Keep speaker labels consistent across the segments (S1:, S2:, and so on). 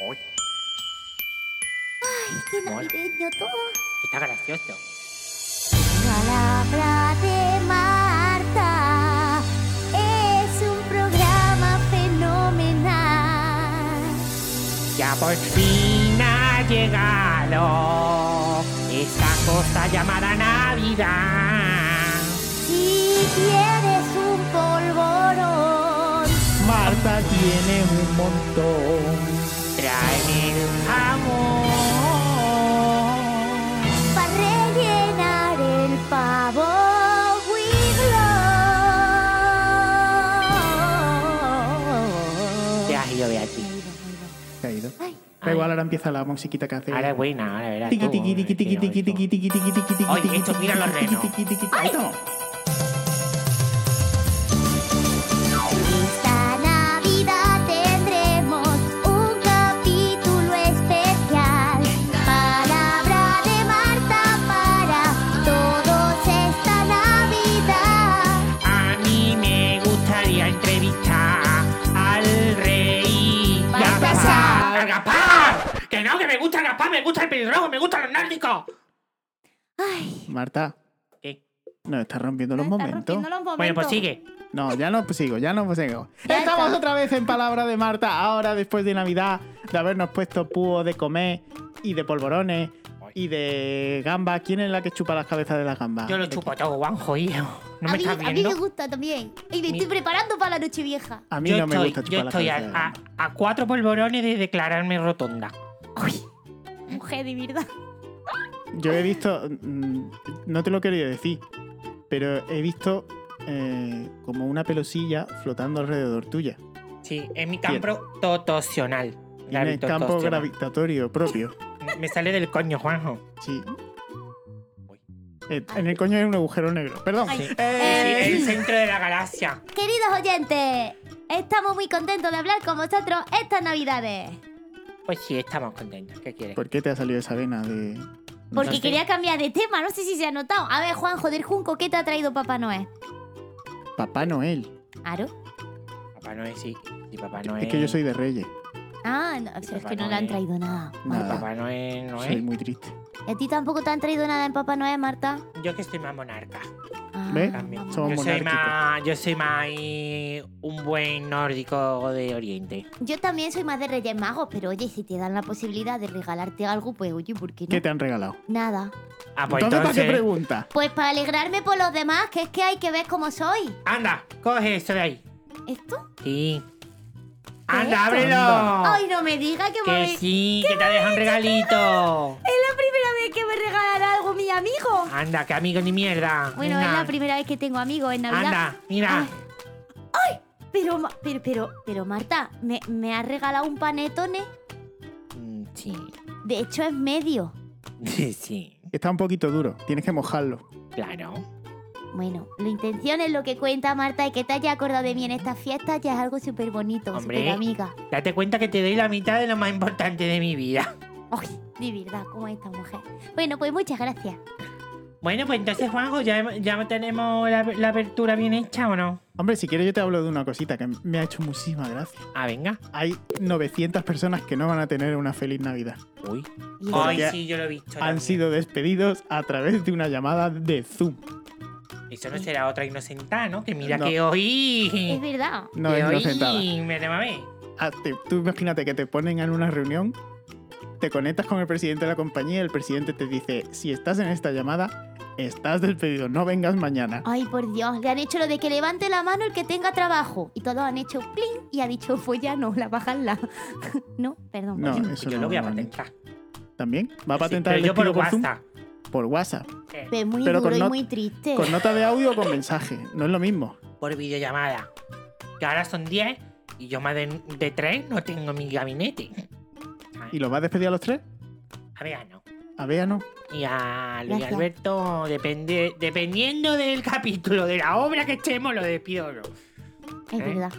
S1: Uy,
S2: Ay, qué
S1: Mola.
S2: navideño todo.
S1: está gracioso.
S2: Palabra de Marta es un programa fenomenal.
S1: Ya por fin ha llegado esta cosa llamada Navidad.
S2: Si quieres un polvorón,
S1: Marta tiene un montón. Trae el jamón.
S2: para rellenar el pavo Wigloo.
S1: Te has ido, Beatriz.
S2: Ahí va, ahí va.
S3: Se ha ido.
S2: Ay,
S3: Da igual, ahora empieza la musiquita que hace.
S1: Ahora es buena, ahora verás.
S3: Tiqui,
S1: tú.
S3: tiqui, tiqui, tiqui, tiqui, tiqui, tiqui, tiqui, tiqui, tiqui,
S1: Ay,
S3: tiqui,
S1: esto,
S3: tiqui,
S1: mira los
S3: tiqui,
S1: renos.
S3: tiqui, tiqui, tiqui.
S2: Ay.
S3: Eso.
S2: Esta Navidad tendremos un capítulo especial. Palabra de Marta para todos esta Navidad.
S1: A mí me gustaría entrevistar al rey
S2: Baltasar.
S1: ¡Al Gaspar! ¡Que no, que me gusta Gaspar! ¡Me gusta el pelirrojo! ¡Me gustan los nórdicos!
S2: Ay,
S3: Marta,
S1: ¿Qué?
S3: nos está rompiendo los
S2: está
S3: momentos.
S2: rompiendo los momentos.
S1: Bueno, pues sigue.
S3: No, ya no sigo, ya no sigo.
S2: Ya
S3: Estamos
S2: está.
S3: otra vez en Palabra de Marta, ahora después de Navidad, de habernos puesto púo de comer y de polvorones y de gamba. ¿Quién es la que chupa las cabezas de las gambas?
S1: Yo lo Ah, chupo todo, Juanjo, hijo. ¿No
S2: a,
S1: me
S2: mí,
S1: estás
S2: a mí
S1: viendo?
S2: me gusta también. Y me
S1: Mi-
S2: estoy preparando para la noche vieja.
S3: A mí
S1: yo
S3: no me
S1: estoy,
S3: gusta
S1: yo
S3: chupar las
S1: estoy
S3: cabezas. de las
S1: a, a-
S3: gambas.
S1: a cuatro polvorones de declararme rotonda.
S2: Mujer de verdad.
S3: Yo he visto, mm, no te lo quería decir, pero he visto eh, como una pelosilla flotando alrededor tuya.
S1: Sí, es mi campo totosional.
S3: Tiene campo
S1: Gravitotosional.
S3: gravitatorio propio.
S1: Me sale del coño, Juanjo.
S3: Sí. Eh, En el coño hay un agujero negro. Perdón.
S1: Sí.
S3: Eh,
S1: Sí, el centro de la galaxia.
S2: Queridos oyentes, estamos muy contentos de hablar con vosotros estas Navidades.
S1: Pues sí, estamos contentos. ¿Qué quieres?
S3: ¿Por qué te ha salido esa vena de.?
S2: Porque
S1: No sé.
S2: quería cambiar de tema, no sé si se ha notado. A ver, Juanjo del Junco, ¿qué te ha traído Papá Noel?
S3: Papá Noel.
S2: ¿Aro?
S1: Papá Noel sí. Sí, Papá Noel.
S3: Es que yo soy de Reyes.
S2: Ah, no, es
S1: Papá
S2: que no le han
S1: Noel.
S2: traído nada.
S1: Ay,
S3: Nada.
S1: Papá Noel no
S3: Soy
S1: es.
S3: muy triste.
S2: ¿Y a ti tampoco te han traído nada en Papá Noel, Marta?
S1: Yo que soy más monarca
S2: Ah,
S3: ¿Ve?
S1: también.
S2: vamos.
S3: ¿Eh? Somos
S1: yo soy
S3: monárquicos.
S1: más, yo soy más eh, un buen nórdico de Oriente.
S2: Yo también soy más de Reyes Magos, pero oye, si te dan la posibilidad de regalarte algo, pues oye, ¿por qué no?
S3: ¿Qué te han regalado?
S2: Nada.
S1: Ah, pues
S3: entonces, ¿para qué
S1: entonces.
S3: pregunta?
S2: Pues para alegrarme por los demás, que es que hay que ver cómo soy.
S1: Anda, coge eso de ahí.
S2: ¿Esto?
S1: Sí.
S2: ¿Qué es
S1: Anda,
S2: esto?
S1: ábrelo.
S2: Ay, no me digas que, me...
S1: Ah. Que sí, que te deja un regalito.
S2: Es la primera vez que me regalan algo mi amigo.
S1: Anda, que amigo ni mierda.
S2: Bueno,
S1: Anda.
S2: es la primera vez que tengo amigos en Navidad.
S1: Anda, mira.
S2: Ay. Pero, Ma- pero, pero, pero Marta, me, me has regalado un panetone.
S1: Mm, Sí,
S2: De hecho, es medio.
S1: sí,
S3: Está un poquito duro. Tienes que mojarlo.
S1: claro.
S2: Bueno, la intención es lo que cuenta Marta y que te haya acordado de mí en estas fiestas ya es algo súper bonito,
S1: Hombre.
S2: súper amiga.
S1: Date cuenta que te doy la mitad de lo más importante de mi vida.
S2: Ay, de verdad, cómo es esta mujer. Bueno, pues muchas gracias.
S1: Bueno, pues entonces, Juanjo, ¿ya, ya tenemos la, la apertura bien hecha o no?
S3: Hombre, si quieres yo te hablo de una cosita que me ha hecho muchísima gracia.
S1: Ah, venga.
S3: Hay 900 personas que no van a tener una feliz Navidad.
S1: Uy.
S2: Y-
S1: Ay,
S3: Porque
S1: sí, yo lo he visto.
S3: Han
S1: también.
S3: sido despedidos a través de una llamada de Zoom.
S1: Eso no será otra inocentada, ¿no? Que mira
S3: No.
S1: que
S2: Es
S1: hoy.
S2: verdad.
S3: No
S1: que
S3: es
S1: hoy
S3: inocentada.
S1: Me te mamé.
S3: Ah, te- Tú imagínate que te ponen en una reunión, te conectas con el presidente de la compañía y el presidente te dice, si estás en esta llamada, estás despedido, no vengas mañana.
S2: Ay, por Dios, le han hecho lo de que levante la mano el que tenga trabajo. Y todos han hecho plin y ha dicho, pues ya no, la bajanla. no, perdón.
S3: No,
S2: vaya.
S3: eso
S1: yo
S3: no
S1: lo voy a
S3: no,
S1: patentar.
S2: Ah.
S3: ¿También? ¿Va a
S1: Sí,
S3: patentar el
S1: pero yo por
S3: despido por Zoom?
S1: WhatsApp.
S3: Por WhatsApp.
S1: eh,
S2: Es muy
S3: Pero
S2: duro
S3: con
S2: y
S3: not-
S2: muy triste.
S3: Con nota de audio o con mensaje. No es lo mismo.
S1: por videollamada. Que ahora son 10 y yo más de, de 3 no tengo mi gabinete.
S3: ¿Y los va a despedir a los tres?
S1: A ver, no.
S3: A Bea no.
S1: Y a Luis
S2: Gracias.
S1: Alberto, depende, dependiendo del capítulo, de la obra que estemos, lo despido o no.
S2: Es
S1: ¿Eh?
S2: verdad,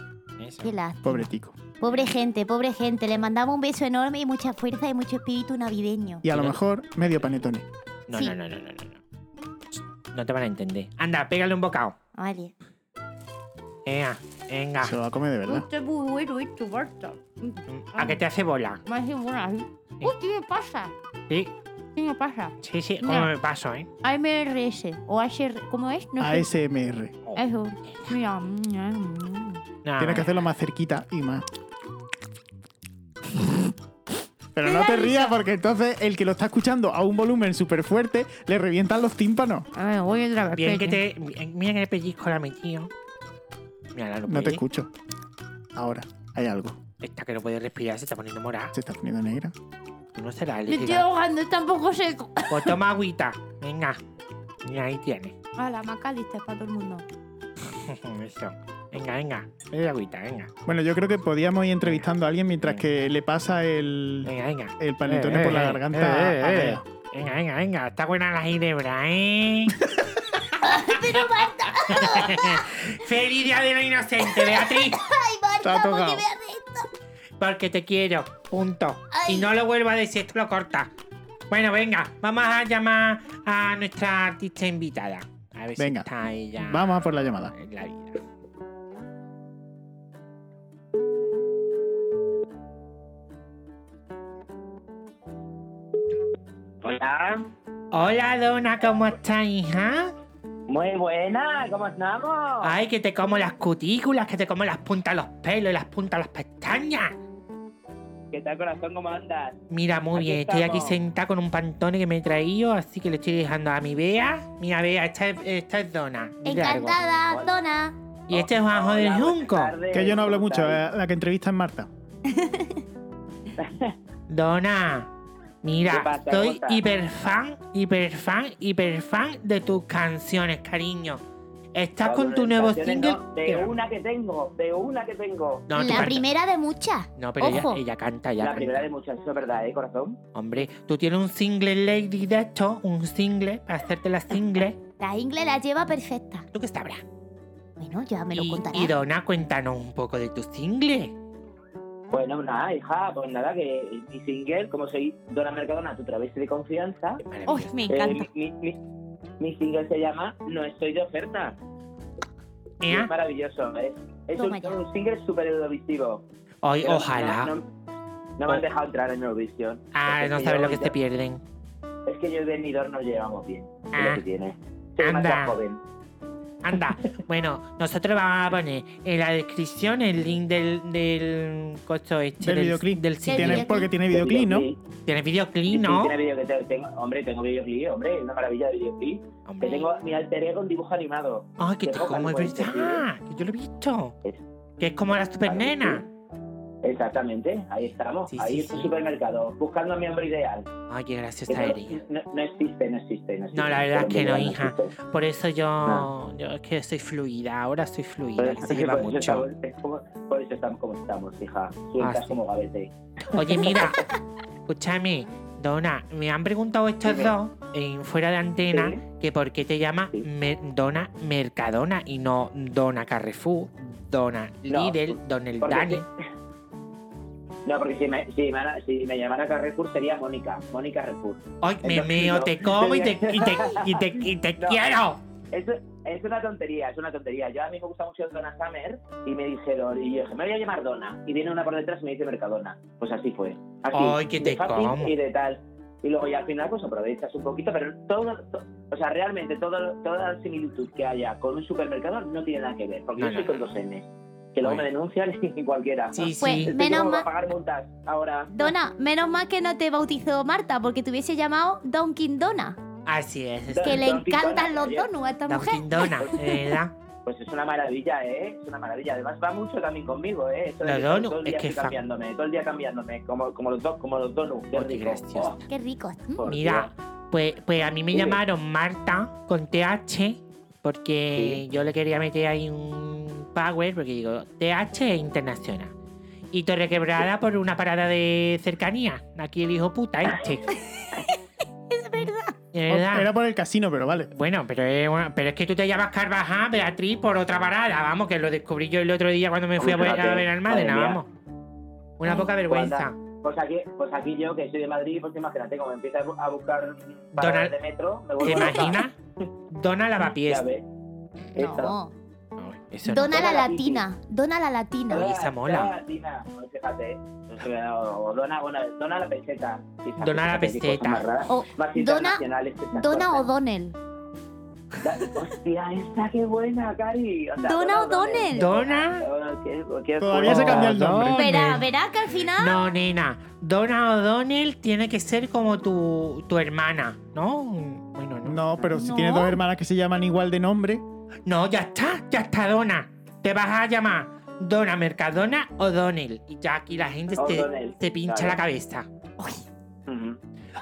S1: Eso.
S2: qué lástima.
S3: Pobre tico.
S2: Pobre gente, pobre gente. Le mandamos un beso enorme y mucha fuerza y mucho espíritu navideño.
S3: Y a lo
S1: Sí, no.
S3: mejor medio panetone.
S1: No,
S2: Sí.
S1: no, no, no, no, no, no. No te van a entender. Anda, pégale un bocado.
S2: Vale.
S1: Ea, Venga,
S3: Se lo va a comer de verdad.
S2: Esto es muy bueno, esto, Marta.
S1: ¿a qué te hace bola?
S2: Me hace bola. Uy, ¿qué me pasa?
S1: Sí,
S2: ¿Qué me pasa?
S1: sí, sí,
S2: Mira.
S1: como me paso, ¿eh?
S2: AMRS o HR, ¿cómo es? No sé.
S3: ASMR.
S2: Eso. Mira. mira, mira.
S1: No,
S3: Tienes que hacerlo más cerquita y más. Pero
S2: Me
S3: no
S2: da
S3: te
S2: risa.
S3: rías porque entonces el que lo está escuchando a un volumen súper fuerte le revientan los tímpanos.
S2: A ver, voy otra vez.
S1: Bien que
S2: espérate.
S1: te. bien- Mira que le pellizco la metido. Mira, la lo
S3: No te
S1: pellizco.
S3: escucho. Ahora, hay algo.
S1: Esta que no puede respirar se está poniendo morada.
S3: Se está poniendo negra.
S1: No será
S2: Me estoy
S1: eléctrica.
S2: ahogando, tampoco seco.
S1: Pues toma agüita. Venga. Mira, ahí tienes.
S2: A Ah, la macalista para todo el mundo.
S1: Eso. Venga, venga. Bebe agüita, venga.
S3: Bueno, yo creo que podíamos ir entrevistando a alguien mientras que le pasa el,
S1: Venga, venga.
S3: el panetone
S1: Eh,
S3: por la
S1: eh,
S3: garganta
S1: eh,
S3: a
S1: eh, eh.
S3: Bea.
S1: Venga, venga, venga. Está buena la ginebra, ¿eh?
S2: Pero Marta,
S1: ¡Feliz día de la inocente, Beatriz!
S2: ay
S3: Te ha
S2: Marta, ¿por
S3: tocado.
S2: qué me haces esto?
S1: Porque te quiero. Punto.
S2: Ay.
S1: Y no lo vuelvo a decir, esto lo corta. Bueno, venga. Vamos a llamar a nuestra artista invitada. A ver
S3: Venga.
S1: si está ella.
S3: Vamos a por la llamada.
S1: En la vida.
S4: Hola,
S1: Hola, Dona, ¿cómo estás, hija?
S4: muy buena, ¿cómo estamos?
S1: Ay, que te como las cutículas, que te como las puntas de los pelos, las puntas de las pestañas.
S4: ¿Qué tal corazón, cómo andas?
S1: Mira, muy
S4: Aquí
S1: bien, estoy aquí
S4: estamos.
S1: sentada con un pantone que me he traído, así que le estoy dejando a mi Bea. Mira, Bea, esta es, esta es Dona. de largo.
S2: Encantada, Dona.
S1: Y este es Juanjo del
S4: Hola, buenas
S1: Junco.
S4: tardes,
S3: Que yo no hablo
S4: ¿cómo
S3: mucho,
S4: estás?
S3: eh, la que entrevista es Marta.
S1: Dona,
S4: ¿Qué
S1: mira,
S4: pasa? ¿Cómo
S1: soy
S4: estás?
S1: hiperfan, hiperfan, hiperfan de tus canciones, cariño. ¿Estás
S4: No,
S1: con tu nuevo
S4: presentaciones
S1: single?
S4: no, de una que tengo, de una que tengo.
S1: No, tú
S2: la
S1: canta.
S2: primera de muchas.
S1: No, pero ella,
S2: Ojo.
S1: ella canta, ella
S4: La
S1: canta.
S4: primera de muchas, eso es verdad, ¿eh, corazón?
S1: Hombre, tú tienes un single lady de esto, un single, para hacerte la single.
S2: La ingle la lleva perfecta.
S1: ¿Tú qué sabrás?
S2: Bueno, ya me lo
S1: Y,
S2: contarás.
S1: y Dona, cuéntanos un poco de tu single.
S4: Bueno, nada, hija, pues nada, que mi single, como soy Dona Mercadona, tu travesti de confianza,
S1: Qué maravilla.
S2: Uy, me
S4: eh,
S2: encanta.
S4: mi, mi- mi- mi single se llama No estoy de oferta. Y
S1: ¿Eh?
S4: Es maravilloso, es, es
S1: Oh
S4: un,
S2: Toma ya.
S4: un single súper eurovisivo.
S1: Hoy,
S4: Pero
S1: ojalá.
S4: No, no- no me han dejado entrar en Eurovisión.
S1: ah,
S4: Es
S1: no
S4: que
S1: sabes
S4: yo-
S1: lo que se pierden.
S4: Es que yo y Benidorm nos llevamos bien. es
S1: Ah,
S4: lo que tiene. Soy
S1: anda.
S4: demasiado joven.
S1: Anda, bueno, nosotros vamos a poner en la descripción el link del, del costo este.
S3: Del videoclip.
S1: Del
S2: Sí,
S1: single.
S3: Tiene-
S2: videoclip.
S3: porque tiene videoclip, ¿no?
S4: Sí,
S1: ¿Tienes videoclip,
S4: sí,
S1: no?
S4: tiene video que te- tengo, hombre, tengo videoclip, hombre, es una maravilla de videoclip. Que
S1: Hombre.
S4: tengo mi alter ego en dibujo animado.
S1: Ay, que
S4: tengo
S1: como es
S4: algo en
S1: verdad. Que yo lo he visto.
S4: Es-
S1: Que es como la supernena.
S4: Exactamente, ahí
S1: Pues
S4: estamos,
S1: Sí,
S4: ahí
S1: sí,
S4: en un
S1: sí.
S4: supermercado, buscando a mi hombre ideal.
S1: Ay, qué graciosa
S4: Eso
S1: eres.
S4: no, no existe, no existe, no existe.
S1: la verdad es
S4: Pero
S1: que
S4: en
S1: no,
S4: verdad
S1: hija.
S4: existe.
S1: Por eso yo,
S4: Ah.
S1: yo es que soy fluida, ahora soy
S4: Por
S1: fluida, que
S4: eso,
S1: se lleva
S4: por eso
S1: mucho.
S4: estamos- es como- por eso estamos como estamos, hija. Sueltas
S1: Ah, sí.
S4: como gavete.
S1: Oye, mira, escúchame, Dona, me han preguntado estos
S4: Dime.
S1: dos en fuera de antena
S4: Sí.
S1: que por qué te llamas
S4: Sí.
S1: Mer- Dona Mercadona y no Dona Carrefour, Dona
S4: No,
S1: Lidl, Don El
S4: porque
S1: Dani.
S4: sí. No, porque si me, si, me, si me llamara Carrefour sería Mónica, Mónica Carrefour.
S1: Ay, me
S4: Entonces,
S1: meo,
S4: no.
S1: te como y te, y te, y te, y te
S4: No.
S1: quiero.
S4: Eso es una tontería, es una tontería. Yo a mí me gusta mucho Donna Summer y me dijeron, y yo dije, me voy a llamar Donna. Y viene una por detrás y me dice Mercadona. Pues así fue. Así,
S1: Ay, que
S4: de
S1: te
S4: fácil
S1: como.
S4: Y de tal. Y luego ya al final pues aprovechas un poquito, pero todo, to- o sea, realmente todo, toda la similitud que haya con un supermercado no tiene nada que ver, porque
S1: No,
S4: yo
S1: no,
S4: soy con
S1: no.
S4: dos N, que luego
S1: Bueno.
S4: me denuncian y cualquiera.
S1: Sí,
S2: Pues,
S1: sí.
S4: Estoy
S2: Menos
S4: como
S2: mal-
S4: para pagar multas ahora.
S2: Dona, menos mal que no te bautizó Marta, porque te hubiese llamado Donkin Dona,
S1: Así es. es
S4: Don-
S2: que le
S4: Dunkin'
S2: encantan
S4: Dona,
S2: los
S4: oye.
S2: donuts a esta mujer.
S1: Dunkin' Dona, de ¿verdad?
S4: Pues es una maravilla, ¿eh? Es una maravilla. Además va mucho también conmigo, ¿eh? Eso de
S1: Los
S4: que todo-
S1: donuts,
S4: todo el día
S1: es que
S4: estoy
S1: fa-
S4: cambiándome, todo el día cambiándome, como, como los dos, como los donuts. Qué
S1: Oh, qué
S4: rico.
S1: gracioso.
S4: Oh,
S2: Qué rico. Mm, ¿m?
S4: por
S1: Mira, pues, pues a mí me
S4: Dime.
S1: llamaron Marta con TH porque yo le quería meter ahí un power porque digo, TH es internacional. Y Torre Quebrada por una parada de cercanía. Aquí el hijo puta este.
S2: Es verdad.
S1: De verdad.
S3: Era por el casino, Oh, pero vale.
S1: Bueno, pero es, una- pero es que tú te llamas Carvajal, Beatriz, por otra parada. Vamos, que lo descubrí yo el otro día cuando me fui a, ver,
S4: Fíjate,
S1: a ver Almádena,
S4: madre mía.
S1: vamos. Una
S2: Ay,
S1: poca vergüenza.
S4: Dios. Pues aquí, pues aquí yo, que soy de Madrid, pues imagínate, como empiezo a bu- a buscar
S1: Donald-
S4: paradas de metro, me
S1: ¿Te
S4: vuelvo loca.
S1: imaginas? Dona
S4: Ya
S1: Lavapiés.
S4: ves. Esta.
S2: No.
S1: Ay, Eso no.
S2: Dona la
S4: Dona la Vicky.
S2: latina. Dona la latina.
S1: Oye, esa mola.
S4: Dona latina, pues fíjate. No sé, o dona, bueno, dona la peseta. Fíjate,
S1: Dona la
S4: fíjate qué
S1: peseta.
S4: cosas más raras.
S2: O
S4: Más
S2: Oh, dona,
S4: internacionales que estas
S2: dona
S4: cosas.
S2: O'Donnell.
S4: Da- Hostia, esta qué buena, Cari. O sea,
S2: Dona O'Donnell.
S1: Dona.
S4: Dona, qué- qué
S3: Todavía se
S4: buena.
S3: cambia el nombre.
S1: O'Donnell.
S2: Verá, verá que al final.
S1: No, nena. Donna O'Donnell tiene que ser como tu, tu hermana, ¿no? Bueno, no.
S3: No, pero si
S2: No.
S3: tienes dos hermanas que se llaman igual de nombre,
S1: No, ya está, ya está Donna. Te vas a llamar Donna Mercadona O'Donnell. Y ya aquí la gente Este, te,
S4: O'Donnell,
S1: te pincha
S4: claro.
S1: la cabeza.
S4: Ujú.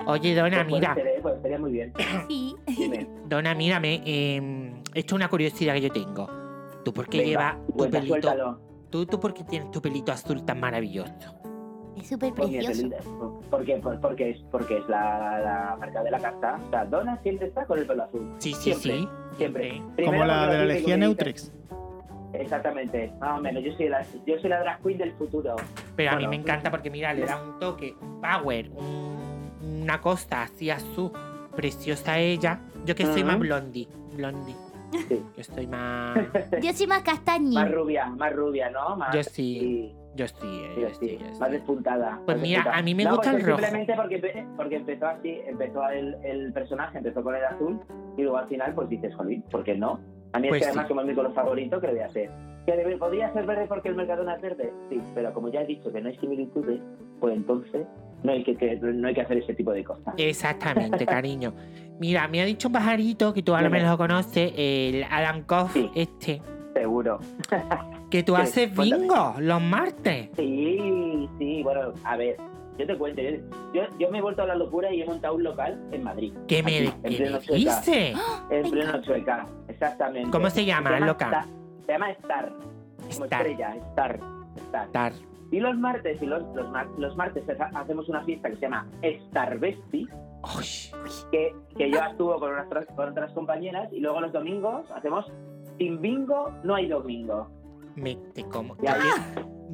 S1: Oye, Donna,
S4: Pues puede
S1: mira.
S4: ser, eh, pues estaría muy bien.
S2: Sí.
S4: Dime.
S1: Donna, mírame. eh, esto es una curiosidad que yo tengo. ¿Tú por qué
S4: Venga,
S1: llevas tu
S4: cuenta,
S1: pelito?
S4: suéltalo.
S1: ¿Tú, tú por qué tienes tu pelito azul tan maravilloso?
S2: Es súper
S4: Pues mi
S2: precioso.
S4: pelito. Porque, por- porque es, porque es la, la marca de la carta. O sea, Donna siempre está con el pelo azul.
S1: Sí, sí,
S4: Siempre,
S1: sí.
S4: Siempre.
S3: como
S4: Primero
S3: la de la
S4: porque gente que
S3: lejía
S4: me dice-
S3: Neutrex.
S4: Exactamente, más o menos. Yo soy la, yo soy la drag queen del futuro.
S1: Pero a mí
S4: Bueno.
S1: me encanta porque, mira, le da un toque, power, un- una costa así azul, preciosa ella. Yo que soy
S4: Ujú.
S1: más blondie, blondie.
S4: Sí.
S1: Yo estoy más...
S2: Yo soy más castañí.
S4: Más rubia, más rubia, ¿no? Más,
S1: Yo sí,
S4: sí,
S1: yo sí, eh,
S4: sí,
S1: yo
S4: sí,
S1: sí, yo
S4: más
S1: sí.
S4: despuntada.
S1: Pues
S4: más
S1: mira,
S4: despuntada.
S1: a mí me
S4: No,
S1: gusta el
S4: porque
S1: rojo.
S4: Simplemente porque, empe- porque empezó así, empezó el, el personaje, empezó con el azul y luego al final pues dices, jolín, ¿por qué no? A mí
S1: Pues
S4: es que
S1: sí.
S4: además como es mi color favorito, ¿qué le voy a hacer? ¿Que debe- podría ser verde porque el Mercadona es verde? Sí, pero como ya he dicho que no hay similitudes, pues entonces no hay que, que- no hay que hacer ese tipo de cosas.
S1: Eh. Exactamente, cariño. Mira, me ha dicho un pajarito que tú a lo
S4: Dime.
S1: mejor conoces, el Adam Koff
S4: Sí.
S1: este,
S4: Seguro.
S1: que tú
S4: Sí,
S1: haces
S4: cuéntame.
S1: bingo los martes.
S4: Sí, sí, bueno, a ver, yo te cuento, yo, yo- yo me he vuelto a la locura y he montado un local en Madrid,
S1: ¿Qué me,
S4: Aquí, en
S1: qué
S4: pleno
S1: me
S4: Sueca.
S1: dice?
S4: en
S2: Me
S4: pleno Chueca, exactamente.
S1: ¿Cómo se llama, loca?
S4: Star- se llama Star, como
S1: Star,
S4: estrella, Star, Star.
S1: Star.
S4: Y los martes, y los, los, mar- los martes ha- hacemos una fiesta que se llama Starbesti,
S1: Uy,
S4: que, que yo
S1: Ah.
S4: estuvo con, unas tra- con otras compañeras, y luego los domingos hacemos sin bingo no hay domingo.
S1: me te como.
S4: Y ahí-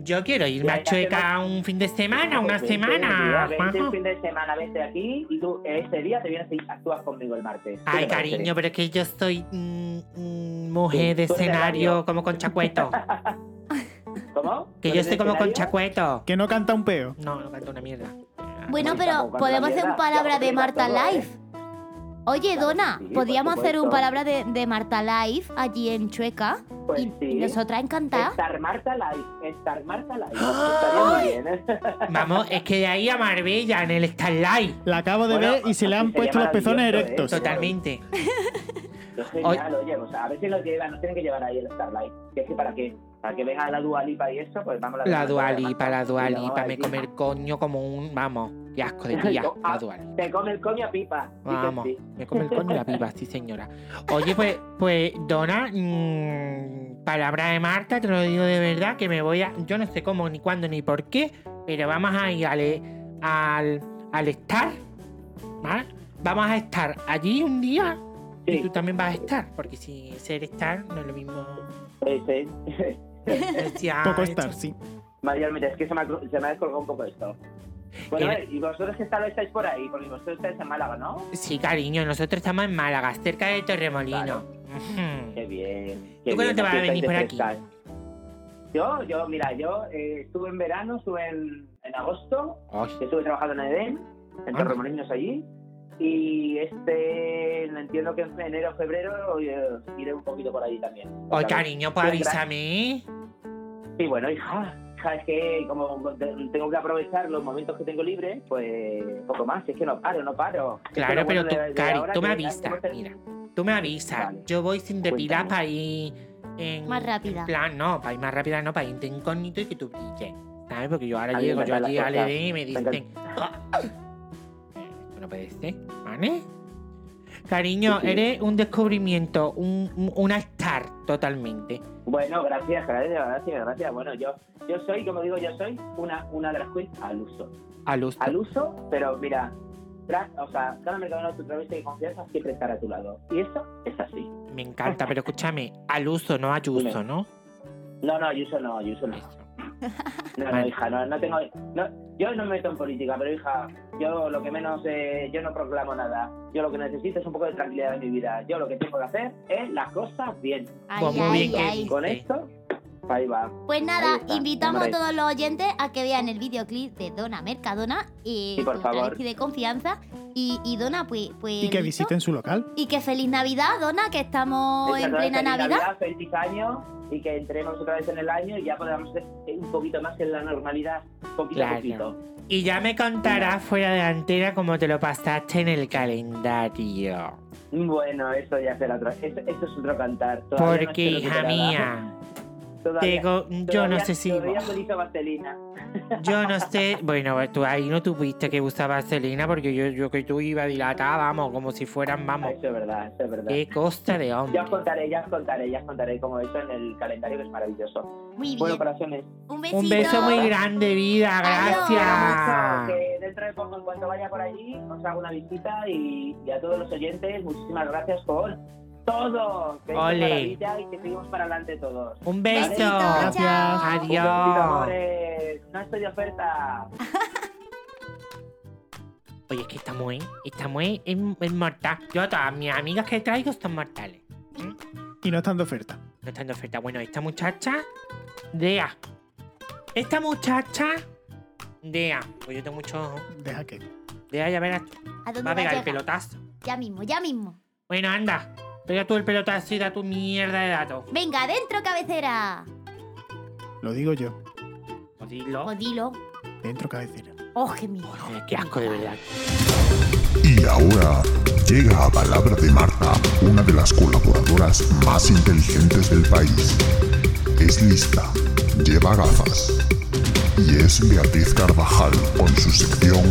S1: Yo quiero irme
S4: Ya,
S1: a
S4: ya
S1: Chueca un fin de Ah, semana, una
S4: Vente, mira,
S1: semana.
S4: Vente un
S1: Juanjo.
S4: fin de semana, vente aquí y tú ese día te vienes y actúas conmigo el martes. ¿Qué
S1: Ay,
S4: te parece?
S1: cariño, pero es que yo soy mm, mm, mujer de
S4: Tú eres de
S1: escenario
S4: radio.
S1: como con chacueto.
S4: ¿Cómo?
S1: Que
S4: ¿No
S1: yo
S4: eres
S1: estoy como con
S4: escenario?
S1: chacueto.
S3: Que no canta un peo.
S1: No, no canto una mierda.
S2: Bueno,
S4: Ay,
S2: pero
S4: tampoco,
S2: podemos
S4: la
S2: hacer un
S4: mierda,
S2: palabra
S4: ya
S2: de
S4: os
S2: Marta
S4: digo todo, ¿eh?
S2: Live. Oye,
S4: Claro que
S2: Donna,
S4: sí, por
S2: podríamos hacer un
S4: supuesto.
S2: palabra de, de Marta Live allí en Chueca.
S4: Pues
S2: y,
S4: sí.
S2: y nosotras encantadas.
S4: Star Marta Live, Star Marta Live.
S1: ¡Ay!
S4: Estaría muy bien, ¿eh?
S1: Vamos, es que de ahí a Marbella, en el Starlight.
S3: La acabo de
S4: Bueno,
S3: ver y se le han
S4: sería
S3: puesto los pezones
S4: maravilloso,
S3: erectos.
S4: ¿eh?
S1: Totalmente.
S4: Es Genial, oye, o sea, a ver si nos llevan, nos tienen que llevar ahí el Star Live. Que es que para que, para que venga la Dualipa y eso, pues vamos a
S1: La dualipa,
S4: Lipa,
S1: la dualipa, me
S4: comer
S1: comer coño como un. Vamos, qué asco de tía.
S4: ah,
S1: La dualipa.
S4: Te come el coño a pipa. sí que
S1: Vamos,
S4: sí.
S1: me come el coño y la pipa, sí señora. Oye, pues, pues, Donna, mm, palabra de Marta, te lo digo de verdad, que me voy a. Yo no sé cómo, ni cuándo, ni por qué, pero vamos a ir al, al, al estar. ¿vale? Vamos a estar allí un día y
S4: Sí.
S1: tú también vas a estar, porque si ser estar no es lo mismo.
S4: Sí, sí.
S1: Decía,
S3: Poco estar, sí.
S4: Mayormente, es que se me ha, cru- se me ha descolgado un poco esto. Bueno,
S1: Mira.
S4: a ver, y vosotros que tal vez estáis por ahí, porque vosotros estáis en Málaga, ¿no?
S1: Sí, cariño, nosotros estamos en Málaga, cerca de Torremolino.
S4: Claro.
S1: Ujú.
S4: Qué bien.
S1: ¿Tú
S4: qué
S1: cuándo
S4: bien,
S1: te vas a
S4: así estáis
S1: venir por
S4: de
S1: aquí?
S4: frescas. Yo, yo, mira, yo eh, estuve en verano, estuve en, en agosto,
S1: Ay,
S4: estuve trabajando en Edén, en
S1: Anda.
S4: Torremolinos allí, y este, entiendo que en enero, febrero, eh, iré un poquito por allí también.
S1: Ay,
S4: Otra vez.
S1: cariño, pues
S4: Vendrás.
S1: avísame.
S4: Y bueno, hija, hija, es que como te- tengo que aprovechar los momentos que tengo libres, pues poco más, es que no paro, no paro. Es que
S1: Claro,
S4: lo
S1: pero
S4: bueno
S1: tú,
S4: de- de
S1: Cari,
S4: ahora
S1: tú me
S4: que ya
S1: avisas,
S4: hemos ter-
S1: mira. Tú me avisas.
S4: Vale.
S1: Yo voy sin depilar
S4: Cuéntame.
S1: para ir. En,
S2: Más rápida.
S1: En plan, no, para ir más rápida, no, para ir de incógnito y que tú brilles. ¿Sabes? Porque yo ahora
S4: A mí me
S1: llego yo
S4: encantan
S1: allí
S4: las
S1: al
S4: cosas.
S1: ED y me
S4: Me
S1: dicen. "Ah". Eh, Esto no puede ser, ¿vale? Cariño,
S4: Sí, sí.
S1: eres un descubrimiento, un, un- una star totalmente.
S4: Bueno, gracias, gracias, gracias, gracias. Bueno, yo, yo soy, como digo, yo soy una, una drag queen al uso.
S1: Al uso.
S4: Al uso, pero mira, drag, o sea, cada mercado tu travesti de confianza siempre estar a tu lado. Y eso es así.
S1: Me encanta, pero escúchame, al uso, no a uso,
S4: Dime.
S1: ¿no?
S4: No, no, Yuso no, Yuso no.
S1: Eso.
S4: No, no,
S1: Vale.
S4: hija, no, no tengo. No, Yo no me meto en política, pero hija, yo lo que menos, eh, yo no proclamo nada. Yo lo que necesito es un poco de tranquilidad en mi vida. Yo lo que tengo que hacer es las cosas bien.
S2: Ay,
S1: Pues muy
S2: ay,
S1: bien que-
S2: ay.
S4: Con
S1: Sí.
S4: esto, ahí va.
S2: Pues nada,
S4: Ahí está,
S2: invitamos
S4: hombre.
S2: a todos los oyentes a que vean el videoclip de Dona Mercadona y
S4: Sí, por favor.
S2: de confianza. Y, y Dona, pues, pues
S3: Y que
S2: listo.
S3: visiten su local.
S2: Y que feliz Navidad, Dona, que estamos
S4: Esta
S2: en
S4: tarde,
S2: plena
S4: feliz
S2: Navidad.
S4: Feliz año y que entremos otra vez en el año y ya podamos ser un poquito más en la normalidad, poquito
S1: Claro.
S4: a poquito.
S1: Y ya me contarás fuera de la antena cómo te lo pasaste en el calendario.
S4: Bueno, eso ya será otra. Esto, esto es otro cantar. Todavía no
S1: Porque,
S4: estoy
S1: hija
S4: recuperada.
S1: mía,
S4: Todavía-
S1: te go- yo no
S4: todavía-
S1: sé si...
S4: Todavía me hizo vaselina.
S1: Yo no sé, bueno, tú ahí no tuviste que usar vaselina porque yo, yo que tú iba dilatada, vamos, como si fueran, vamos,
S4: Ah, Eso es verdad, eso es verdad.
S1: qué costa de hombre.
S4: Ya os contaré, ya os contaré, ya os contaré cómo he hecho en el calendario que es maravilloso.
S2: Muy bien.
S4: Bueno, corazones.
S2: un besito.
S1: Un beso muy grande, vida,
S2: Adiós.
S4: mucho,
S1: gracias.
S4: Que dentro de poco, en cuanto vaya por allí, os hago una visita y, y a todos los oyentes, muchísimas gracias por todo. Que es
S1: Ole.
S4: maravilla y que seguimos para adelante todos.
S1: Un
S2: Besito,
S1: beso.
S2: chao.
S4: Un besito,
S1: Adiós.
S4: amores. No estoy de oferta.
S1: Oye, es que está muy, está muy, es, es mortal. Yo a todas mis amigas que traigo son mortales.
S3: Y no están de oferta.
S1: No están de oferta. Bueno, esta muchacha, Dea. Esta muchacha, Dea. Pues yo tengo mucho ojo.
S3: Deja que.
S1: Dea, ya verás, tú,
S2: ¿A dónde
S1: va a
S2: va a
S1: pegar el
S2: llegar?
S1: pelotazo.
S2: Ya mismo, ya mismo.
S1: Bueno, anda. Pega tú el pelotazo y da tu mierda de datos.
S2: Venga, adentro, cabecera.
S3: Lo digo yo.
S1: O dilo.
S2: O Oh, dilo.
S3: Dentro cabecera.
S2: Oh, qué miedo.
S1: Joder, qué asco de verdad.
S5: Y ahora llega a palabra de Marta, una de las colaboradoras más inteligentes del país. Es lista, lleva gafas. Y es Beatriz Carvajal con su sección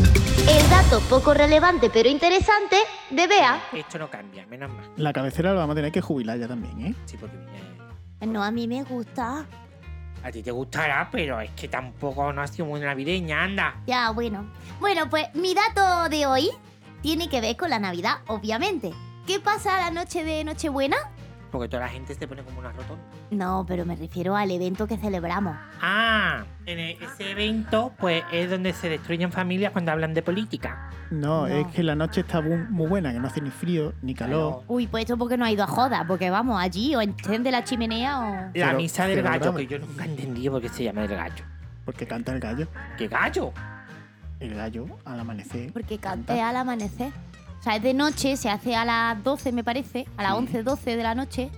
S6: El dato poco relevante pero interesante de Bea.
S1: Esto no cambia, menos mal.
S3: La cabecera la vamos a tener que jubilar ya también, ¿eh?
S1: Sí, porque eh,
S2: No, a mí me gusta.
S1: a ti te gustará, pero es que tampoco no ha sido muy navideña, anda.
S2: Ya, bueno. Bueno, pues mi dato de hoy tiene que ver con la Navidad, obviamente. ¿Qué pasa la noche de Nochebuena?
S1: Porque toda la gente se pone como una rotonda.
S2: No, pero me refiero al evento que celebramos.
S1: Ah, en e- ese evento, pues es donde se destruyen familias cuando hablan de política.
S2: No.
S3: No, es que la noche está bu- muy buena, que no hace ni frío ni calor.
S2: Uy, pues esto porque no ha ido a joda, porque vamos allí o enciende la chimenea
S1: La
S3: Pero-
S1: misa del
S3: pero
S1: gallo, que
S3: grave.
S1: yo nunca he entendido por qué se llama el gallo.
S3: Porque canta el gallo.
S1: ¿Qué gallo?
S3: El gallo al amanecer.
S2: o porque canté al amanecer. O sea, es de noche, se hace a las 12 me parece, a las 11, 12 de la noche.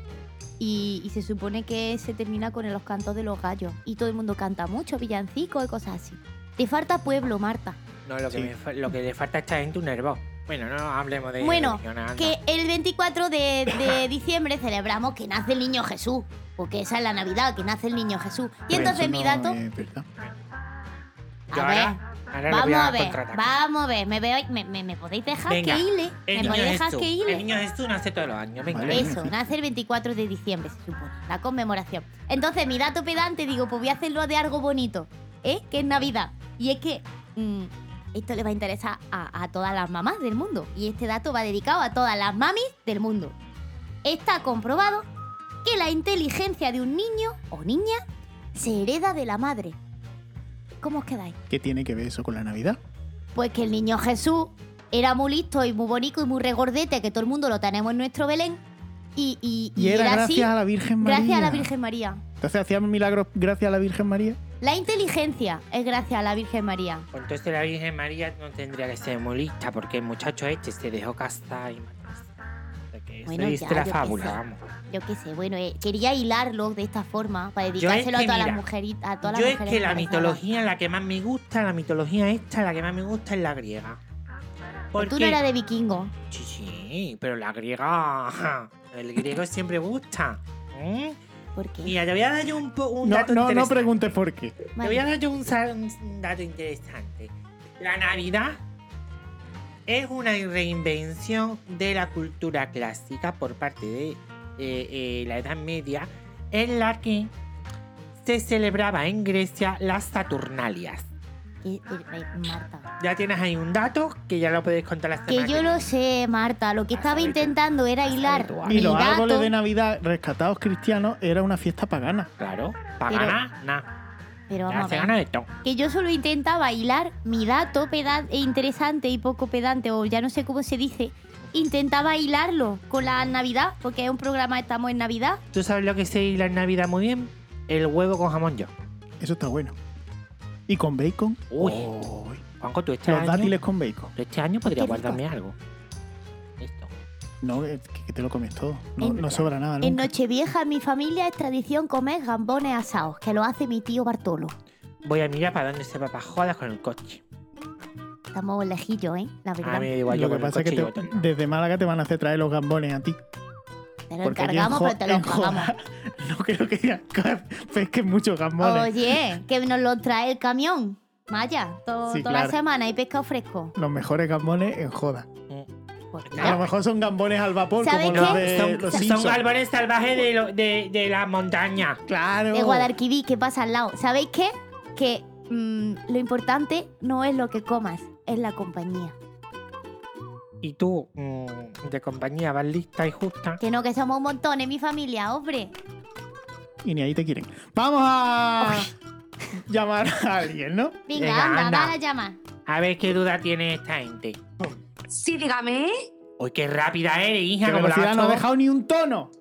S2: Y, y se supone que se termina con los cantos de los gallos. Y todo el mundo canta mucho, villancicos y cosas así. Te falta pueblo, Marta.
S1: No, lo que,
S3: Sí.
S1: me fa- lo que le falta a esta gente es un nervo. Bueno, no hablemos de
S2: Bueno,
S1: religión, anda.
S2: Que el 24 de, de diciembre celebramos que nace el niño Jesús. Porque esa es la Navidad, que nace el niño Jesús. Y
S3: Pero
S2: entonces
S3: eso
S2: mi
S3: no
S2: dato...
S3: es verdad.
S1: Yo
S2: a ver,
S1: ahora, ahora lo voy
S2: Vamos a ver,
S1: contraatacar.
S2: vamos a ver. ¿Me, veo- me, me- me podéis dejar
S1: Venga,
S2: que hile?
S1: El
S2: ¿Me
S1: niño,
S2: podéis dejar
S1: Jesús.
S2: que
S1: el
S2: hile?
S1: niño Jesús nace todos los años. Venga,
S3: Vale.
S1: venga.
S2: Eso, nace el 24 de diciembre, se supone, la conmemoración. Entonces, mi dato pedante, digo, pues voy a hacerlo de algo bonito, ¿eh? Que es Navidad. Y es que mm, esto le va a interesar a, a todas las mamás del mundo. Y este dato va dedicado a todas las mamis del mundo. Está comprobado que la inteligencia de un niño o niña se hereda de la madre. ¿Cómo os quedáis?
S3: ¿Qué tiene que ver eso con la Navidad?
S2: Pues que el niño Jesús era muy listo y muy bonito y muy regordete, que todo el mundo lo tenemos en nuestro Belén. Y, y-
S3: Y,
S2: y
S3: era, gracias
S2: así,
S3: a la Virgen María.
S2: gracias a la Virgen María.
S3: Entonces hacíamos milagros gracias a la Virgen María.
S2: La inteligencia es gracias a la Virgen María.
S1: Pues Entonces la Virgen María no tendría que ser muy lista porque el muchacho este se dejó casar y matarse. O sea que
S2: Bueno,
S1: eso
S2: ya,
S1: diste la
S2: yo qué
S1: fábula,
S2: sé.
S1: vamos.
S2: Yo qué sé, bueno, eh, quería hilarlo de esta forma para
S1: Yo es
S2: dedicárselo
S1: que
S2: a todas las
S1: mira,
S2: mujeritas, a todas las
S1: Yo es
S2: mujeres.
S1: que la
S2: embarazadas.
S1: mitología, la que más me gusta, la mitología esta, la que más me gusta es la griega.
S2: Pues Tú
S1: Porque...
S2: no eras de vikingo.
S1: Sí, sí, pero la griega... El griego siempre gusta. ¿Mm?
S2: ¿Por qué?
S1: Mira, te voy a dar yo un, po- un
S3: No,
S1: dato
S3: no, no
S1: interesante.
S3: preguntes por qué.
S1: Te
S2: Vale.
S1: voy a dar yo un, sa- un dato interesante. La Navidad es una reinvención de la cultura clásica por parte de eh, eh, la Edad Media, en la que se celebraba en Grecia las Saturnalias.
S2: Eh, eh, eh, Marta.
S1: Ya tienes ahí un dato que ya lo podéis contar la semana.
S2: Que yo lo sé, Marta. Lo que estaba intentando era hilar
S1: tú,
S2: mi
S3: Y los
S2: dato.
S3: árboles de Navidad rescatados cristianos era una fiesta pagana.
S1: Claro, pagana, na.
S2: Pero
S1: Ya
S2: vamos
S1: se
S2: a
S1: gana
S2: ver.
S1: de todo.
S2: Que yo solo intentaba hilar mi dato peda- e interesante y poco pedante, o ya no sé cómo se dice. Intentaba hilarlo con la Navidad, porque es un programa, estamos en Navidad.
S1: ¿Tú sabes lo que se hila en Navidad muy bien? El huevo con jamón yo.
S3: Eso está bueno. Y con bacon.
S1: Uy.
S3: Uy.
S1: Juanco, tú este
S3: Los
S1: año...
S3: dátiles con bacon.
S1: tú este año podría
S2: Qué rico.
S1: guardarme algo. Esto.
S3: No, es que que te lo comes todo. No,
S2: En-
S3: no sobra nada.
S2: En
S3: Ah, nunca.
S2: Nochevieja en mi familia es tradición comer gambones asados, que lo hace mi tío Bartolo.
S1: Voy a mirar para dónde se va para jodas con el coche.
S2: Estamos lejillos, ¿eh? La verdad.
S1: A mí me da igual, yo
S3: lo que
S1: con el
S3: pasa
S1: coche
S3: es que
S1: llego
S3: te-
S1: todo el lado.
S3: desde Málaga te van a hacer traer los gambones a ti.
S2: te lo
S3: Porque aquí en
S2: encargamos,
S3: Jo-
S2: pero te lo
S3: en Joda-
S2: pagamos.
S3: No creo que ya pesquen muchos gambones.
S2: Oye, que nos lo trae el camión. Maya, to-
S3: Sí,
S2: toda la
S3: claro.
S2: semana hay pescado fresco.
S3: Los mejores gambones en joda.
S2: Pues
S3: A
S2: mira,
S3: lo mejor son gambones al vapor,
S2: ¿Sabes
S3: como
S2: qué?
S3: los de
S1: son
S3: los
S1: son
S3: Simpsons.
S1: árboles salvajes de, lo- de, de la montaña.
S3: Claro.
S2: de Guadalquivir, ¿qué pasa al lado? ¿Sabéis qué? Que mm, lo importante no es lo que comas, es la compañía.
S1: Y tú, mm, de compañía, vas lista y justa.
S2: Que no, que somos un montón en mi familia, hombre.
S3: Y ni ahí te quieren. Vamos a llamar a alguien, ¿no?
S2: Venga,
S1: Venga,
S2: anda,
S1: anda.
S2: dale a llamar.
S1: A ver qué duda tiene esta gente.
S7: Sí, dígame.
S1: Uy, qué rápida eres, hija.
S3: Que
S1: Como la
S3: velocidad no ha
S1: gato.
S3: dejado ni un tono.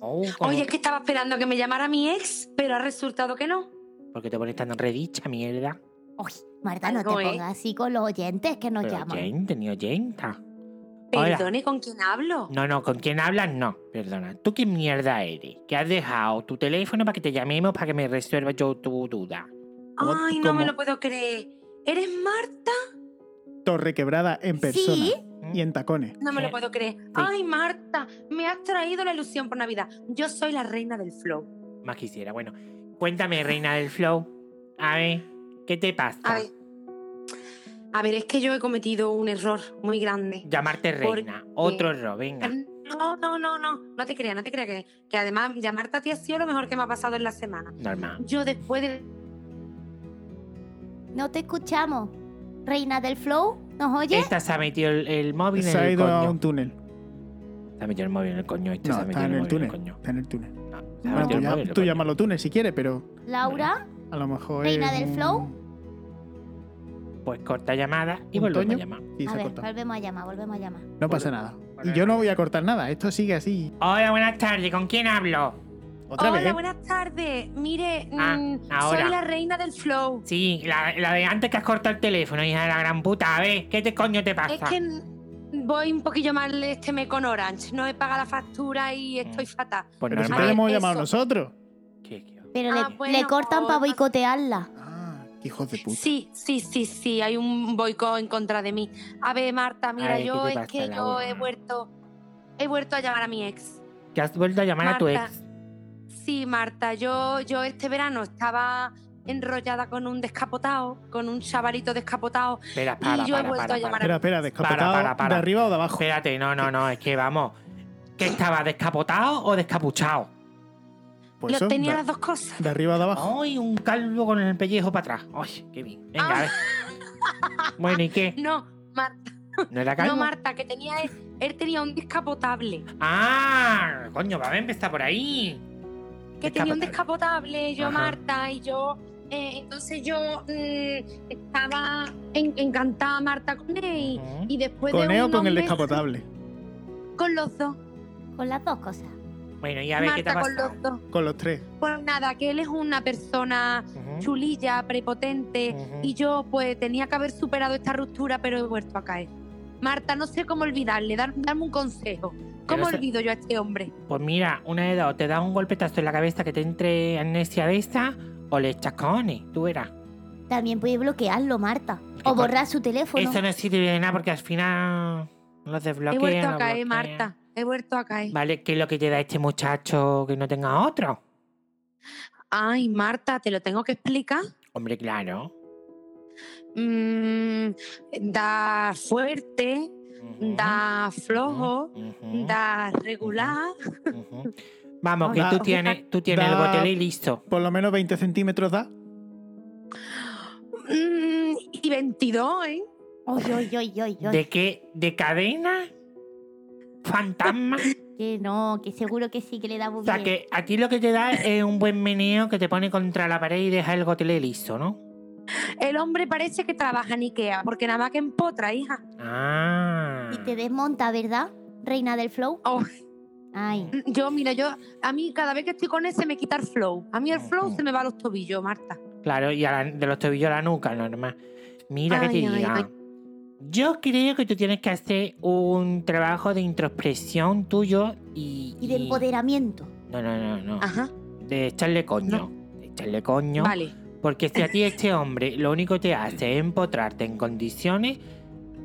S1: Oh, como-
S7: Oye, es que estaba esperando que me llamara mi ex, pero ha resultado que no.
S1: ¿Por qué te pones tan redicha, mierda?
S2: Uy, Marta, no te
S7: Algo, ¿eh?
S2: pongas así con los oyentes que nos
S1: Pero
S2: llaman.
S1: oyente, ni oyenta. Hola.
S7: Perdone, ¿con quién hablo?
S1: No, no, ¿con quién hablas? No, perdona. ¿Tú qué mierda eres? ¿Que has dejado tu teléfono para que te llamemos para que me resuelva yo tu duda?
S3: ¿Cómo-
S7: Ay, no
S3: cómo?
S7: me lo puedo creer. ¿Eres Marta?
S3: Torre quebrada en persona.
S2: Sí.
S3: Y en tacones.
S7: No me
S1: Eh,
S7: lo puedo creer. Ay, Marta, me has traído la ilusión por Navidad. Yo soy la reina del flow.
S1: Más quisiera. Bueno, cuéntame, reina del flow. A ver, ¿qué te pasa?
S7: A ver. A ver, es que yo he cometido un error muy grande.
S1: Llamarte
S7: ¿por
S1: reina. Otro error, venga.
S7: No, no, no, no. No te creas, no te creas que, que además llamarte a ti ha sido lo mejor que me ha pasado en la semana.
S1: Normal.
S7: Yo después de
S2: No te escuchamos. Reina del Flow, ¿nos oyes?
S1: Esta se ha metido el, el móvil
S3: Se
S1: en
S3: ha
S1: el
S3: ido
S1: coño.
S3: a un túnel.
S1: Se ha metido el móvil en el coño. Esta
S3: No,
S1: se ha metido
S3: está en el
S1: móvil
S3: túnel.
S1: en el coño.
S3: Está en el túnel.
S1: No, se ha metido
S3: Bueno, tú,
S1: el
S3: ya-
S1: móvil en el
S3: tú
S1: coño.
S3: llámalo túnel si quieres, pero
S2: Laura,
S3: a lo mejor.
S2: Reina
S3: es
S2: del
S3: un-
S2: flow.
S1: Pues corta llamada y
S3: ¿Un
S1: volvemos
S3: toño?
S1: a llamar.
S3: Sí, se
S2: a
S3: ha
S2: ver,
S3: cortado.
S2: volvemos a llamar, volvemos a llamar.
S3: No pasa nada.
S1: Vale.
S3: Y yo no voy a cortar nada. Esto sigue así.
S1: Hola, buenas tardes. ¿Con quién hablo?
S3: Otra
S7: Hola,
S3: vez.
S7: buenas tardes. Mire,
S1: Ah,
S7: mm,
S1: ahora.
S7: soy la reina del flow.
S1: Sí, la, la de antes que has cortado el teléfono, hija de la gran puta. A ver, ¿qué te coño te pasa?
S7: Es que mm, voy un poquillo mal este mes con Orange. No he pagado la factura y estoy
S1: Mm.
S7: fatal.
S1: Pues
S3: Pero si
S7: normal.
S3: te
S7: A
S3: la
S7: ver,
S3: hemos llamado
S7: eso.
S3: nosotros.
S1: ¿Qué- qué-
S2: Pero
S7: Ah,
S2: le,
S7: bueno,
S2: le cortan para
S7: pues,
S2: boicotearla.
S3: Ah, qué hijos de puta.
S7: Sí, sí, sí, sí. Hay un boicot en contra de mí. A ver, Marta, mira,
S1: Ay, ¿qué
S7: yo
S1: te
S7: es
S1: pasa,
S7: que yo
S1: Laura?
S7: he vuelto, he vuelto a llamar a mi ex.
S1: ¿Te has vuelto a llamar a tu
S7: Marta.
S1: ex?
S7: Sí, Marta, yo, yo este verano estaba enrollada con un descapotado, con un chavalito descapotado.
S1: Espera,
S7: Y
S1: para,
S7: yo he
S1: para,
S7: vuelto
S1: para,
S7: a llamar
S1: para.
S3: Espera, espera, descapotado.
S1: para, para.
S3: ¿De arriba o de abajo?
S1: Espérate, no, no, no, es que vamos. ¿Que estaba descapotado o descapuchado?
S3: Pues
S7: Lo
S3: eso,
S7: tenía
S3: de,
S7: las dos cosas.
S3: de arriba o de abajo.
S1: Ay, un calvo con el pellejo para atrás. Ay, qué bien. Venga, a ver. Bueno, ¿y qué?
S7: No, Marta.
S1: ¿No era calvo?
S7: Ah. No, Marta, que tenía él, él tenía un descapotable.
S1: Ah, coño, va a empezar por ahí.
S7: Que tenía un
S1: Descapotable.
S7: descapotable, yo,
S1: Ajá.
S7: Marta, y yo. eh, entonces yo mm, estaba en- encantada, Marta, con él.
S1: Ujú.
S7: Y después
S3: ¿Con
S7: de
S3: él o
S7: unos
S3: con el
S7: meses-
S3: descapotable?
S7: Con los dos.
S2: Con las dos cosas.
S1: Bueno, y a ver qué te ha
S7: Marta, con
S1: pasado.
S7: los dos.
S3: Con los tres.
S7: Pues nada, que él es una persona
S1: Ujú,
S7: chulilla, prepotente.
S1: ujú.
S7: Y yo, pues, tenía que haber superado esta ruptura, pero he vuelto a caer. Marta, no sé cómo olvidarle, dar- darme un consejo. ¿Cómo
S1: se-
S7: olvido yo a este hombre?
S1: Pues mira, una de dos, te da un golpetazo en la cabeza que te entre amnesia de esta o le echas cojones, tú verás.
S2: También puede bloquearlo, Marta.
S1: que
S2: O
S1: por-
S2: borrar su teléfono.
S1: Eso no sirve de nada porque al final los desbloquean.
S7: Pues He vuelto a
S1: los
S7: caer,
S1: bloquean.
S7: Marta. He vuelto a caer.
S1: Vale, ¿qué es lo que te da este muchacho que no tenga otro?
S7: Ay, Marta, te lo tengo que explicar.
S1: Hombre, claro.
S7: Mm, da fuerte,
S1: Ujú,
S7: da flojo,
S1: ujú,
S7: da regular.
S1: ujú. Vamos, que
S3: Da-
S1: tú tienes, tú tienes el
S3: da-
S1: botel y listo.
S3: Por lo menos 20 centímetros da.
S7: Mm, y 22, ¿eh?
S2: Oy, oy, oy, oy, oy.
S1: ¿De qué? ¿De cadena? ¿Fantasma?
S2: Que no, que seguro que sí, que le da muy
S1: O sea,
S2: bien.
S1: que a ti lo que te da es un buen meneo que te pone contra la pared y deja el gotelé liso, ¿no?
S7: El hombre parece que trabaja en Ikea, porque nada más que empotra, hija.
S1: Ah.
S2: Y te desmonta, ¿verdad? Reina del flow.
S7: Oh.
S2: Ay.
S7: Yo, mira, yo, a mí cada vez que estoy con él se me quita el flow. A mí el flow se me va a los tobillos, Marta.
S1: Claro, y a la- de los tobillos a la nuca, normal. Mira que te
S7: Ay, ay,
S1: diga.
S7: ay.
S1: Yo creo que tú tienes que hacer un trabajo de introspección tuyo y.
S2: Y de empoderamiento.
S1: No, no, no, no.
S7: Ajá,
S1: De echarle coño. De echarle coño.
S7: Ah. vale.
S1: Porque si a ti este hombre lo único que te hace es empotrarte en condiciones,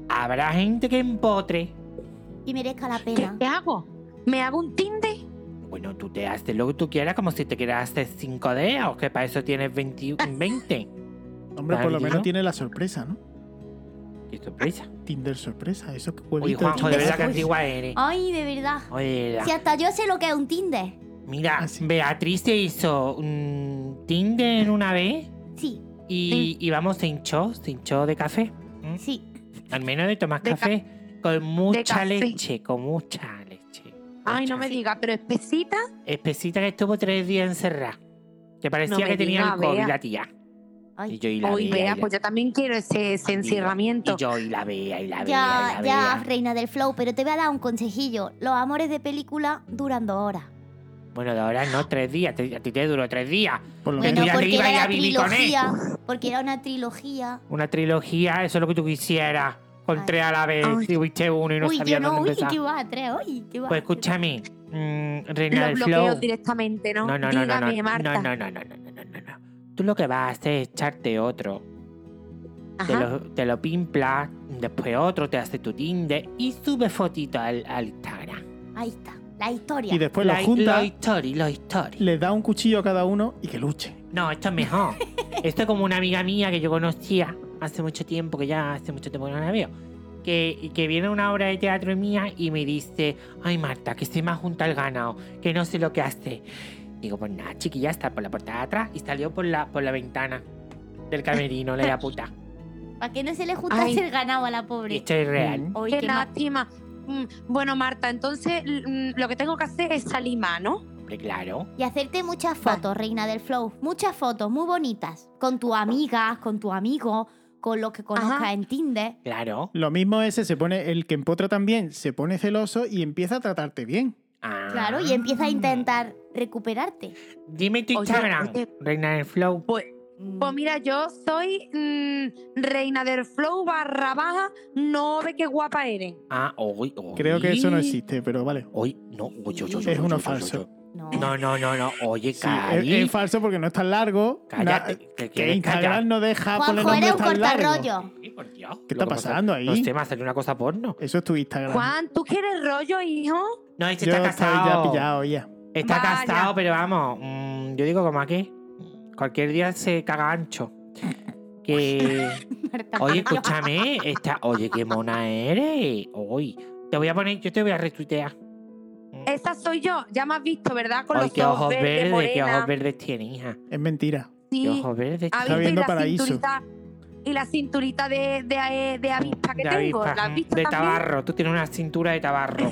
S1: habrá gente que empotre.
S2: Y merezca la
S7: ¿Qué,
S2: pena.
S7: qué hago? ¿Me hago un Tinder?
S1: Bueno, tú te haces lo que tú quieras, como si te quieras hacer cinco dedos, que para eso tienes 20. 20.
S3: Hombre, por
S1: Claro.
S3: lo menos tiene la sorpresa, ¿no?
S1: Qué sorpresa.
S3: Tinder sorpresa, eso que
S1: Oye,
S3: huevito.
S1: Juanjo, de verdad que
S2: Uy.
S1: antigua eres.
S7: Ah.
S2: Ay, de verdad.
S1: Oye, de verdad.
S2: Si hasta yo sé lo que es un Tinder.
S1: Mira,
S3: Ah, sí.
S1: Beatriz se hizo un Tinder en una vez
S2: Sí,
S1: y, y vamos, se hinchó, se hinchó de café. ¿m?
S2: sí.
S1: Al menos de tomar
S7: De ca-
S1: café. Con mucha
S7: café.
S1: leche, con mucha leche.
S7: Ay, no
S1: Mucha.
S7: me diga, pero espesita.
S1: Espesita que estuvo tres días encerrada. Que parecía
S7: me
S1: que tenía
S7: diga,
S1: el COVID
S7: Bea.
S1: la tía.
S2: Ay.
S1: Y yo y la
S7: Hoy
S1: Bea,
S7: vea,
S1: y
S7: pues
S1: la-
S7: yo también quiero ese, ese encierramiento.
S1: Y yo y la Bea, y la Bea,
S2: Ya,
S1: y la
S2: ya,
S1: Bea.
S2: reina del flow, pero te voy a dar un consejillo. Los amores de película duran dos horas.
S1: Bueno, de ahora no, tres días. te- A ti te duró tres días.
S3: Por lo
S1: Me
S2: Bueno,
S3: menos
S1: fui
S2: porque
S1: arriba y
S2: era
S1: a
S2: la
S1: vivir con él.
S2: trilogía. Porque era una trilogía.
S1: Una trilogía, eso es lo que tú quisieras. Con
S2: Ay.
S1: tres a la vez,
S7: Ay.
S1: si fuiste uno y no
S2: uy, yo
S1: sabías
S2: no,
S1: dónde
S2: uy,
S1: empezar.
S2: qué va, tres, uy, qué va.
S1: Pues escúchame, mm, Reina
S7: Lo
S1: del
S7: bloqueo
S1: Flow.
S7: directamente, ¿no?
S1: No, no, no, no, no,
S7: Dígame,
S1: no,
S7: Marta.
S1: no, no, no, no, no, no, no, no. Tú lo que vas a hacer es echarte otro. Te
S7: Ajá.
S1: lo, te lo pimplas, después otro, te hace tu Tinder y sube fotito al, al Instagram.
S2: Ahí está, la historia.
S3: Y después Pues lo
S1: pues, Like-
S3: junta,
S1: Los story, los story.
S3: les da un cuchillo a cada uno y que luche.
S1: No, esto es mejor. esto es como una amiga mía que yo conocía hace mucho tiempo, que ya hace mucho tiempo que no la veo. Que, y que viene a una obra de teatro mía y me dice, ay Marta, que se me ha juntado el ganado, que no sé lo que hace. Digo, pues nada, chiquilla, está por la puerta de atrás y salió por la, por la ventana del camerino, la hija puta.
S2: Para que no se le juntase
S7: Ay.
S2: el ganado a la pobre.
S1: Esto es real.
S2: Uy,
S7: Qué
S2: qué mal.
S7: lástima. Mm, Bueno, Marta, entonces mm, lo que tengo que hacer es salir más, ¿no?
S1: Hombre, claro.
S2: Y hacerte muchas fotos, reina del flow. Muchas fotos, muy bonitas. Con tu amiga, con tu amigo, con los que conozcas
S7: Ajá.
S2: en Tinder.
S1: Claro.
S3: Lo mismo ese, se pone el que empotra también, se pone celoso y empieza a tratarte bien.
S1: Ah.
S2: Claro, y empieza a intentar recuperarte.
S1: Dime tu
S7: Oye,
S1: Instagram,
S3: eh.
S7: oye.
S1: Reina del Flow.
S7: Pues,
S1: Mm.
S7: pues mira, yo soy mm, reina del flow barra baja, no ve qué guapa eres.
S1: Ah, hoy, hoy.
S3: Creo que eso no existe, pero vale.
S1: Hoy, no, oye, oye, oye,
S3: Es
S1: oye,
S3: uno
S1: oye,
S3: falso.
S1: oye.
S2: No.
S1: No, no, no, no. Oye,
S3: Sí, es,
S1: Cari.
S3: es falso porque no es tan largo.
S1: Cállate,
S3: na- eh,
S1: te
S3: que
S1: quieres
S3: Instagram
S1: callar.
S3: no deja
S2: Juanjo,
S3: poner nombres
S2: eres un
S3: tan largos.
S2: cortarrollo.
S1: Sí, por Dios.
S3: ¿Qué
S1: Lo
S3: está
S1: que pasa-
S3: pasando ahí?
S1: No sé, me ha salido una cosa porno.
S3: Eso es tu Instagram.
S7: Juan, ¿tú quieres rollo, hijo?
S1: No, este
S3: Yo
S1: está
S3: estaba ya
S1: casado.
S3: pillado ya.
S1: Está
S7: Vaya.
S1: casado, pero vamos. mm, yo digo como aquí. Cualquier día se caga ancho. Que.
S2: Marta, por
S1: Oye,
S2: Dios.
S1: escúchame. Está... Oye, qué mona eres. Hoy. Te voy a poner. Yo te voy a retuitear.
S7: Esa soy yo, ya me has visto, ¿verdad? Con
S1: Oye,
S7: los
S1: qué
S7: ojos,
S1: ojos
S7: verdes,
S1: verdes, qué ojos
S7: morena.
S1: verdes tiene, hija.
S3: Es mentira.
S7: Sí.
S1: Qué ojos verdes.
S3: Está
S7: ¿Has visto? Y
S3: viendo
S7: la
S3: paraíso.
S7: cinturita, y la cinturita de, de, de avispa que
S1: de
S7: tengo,
S1: avispa,
S7: ¿la has visto
S1: de
S7: también?
S1: tabarro. Tú tienes una cintura de tabarro.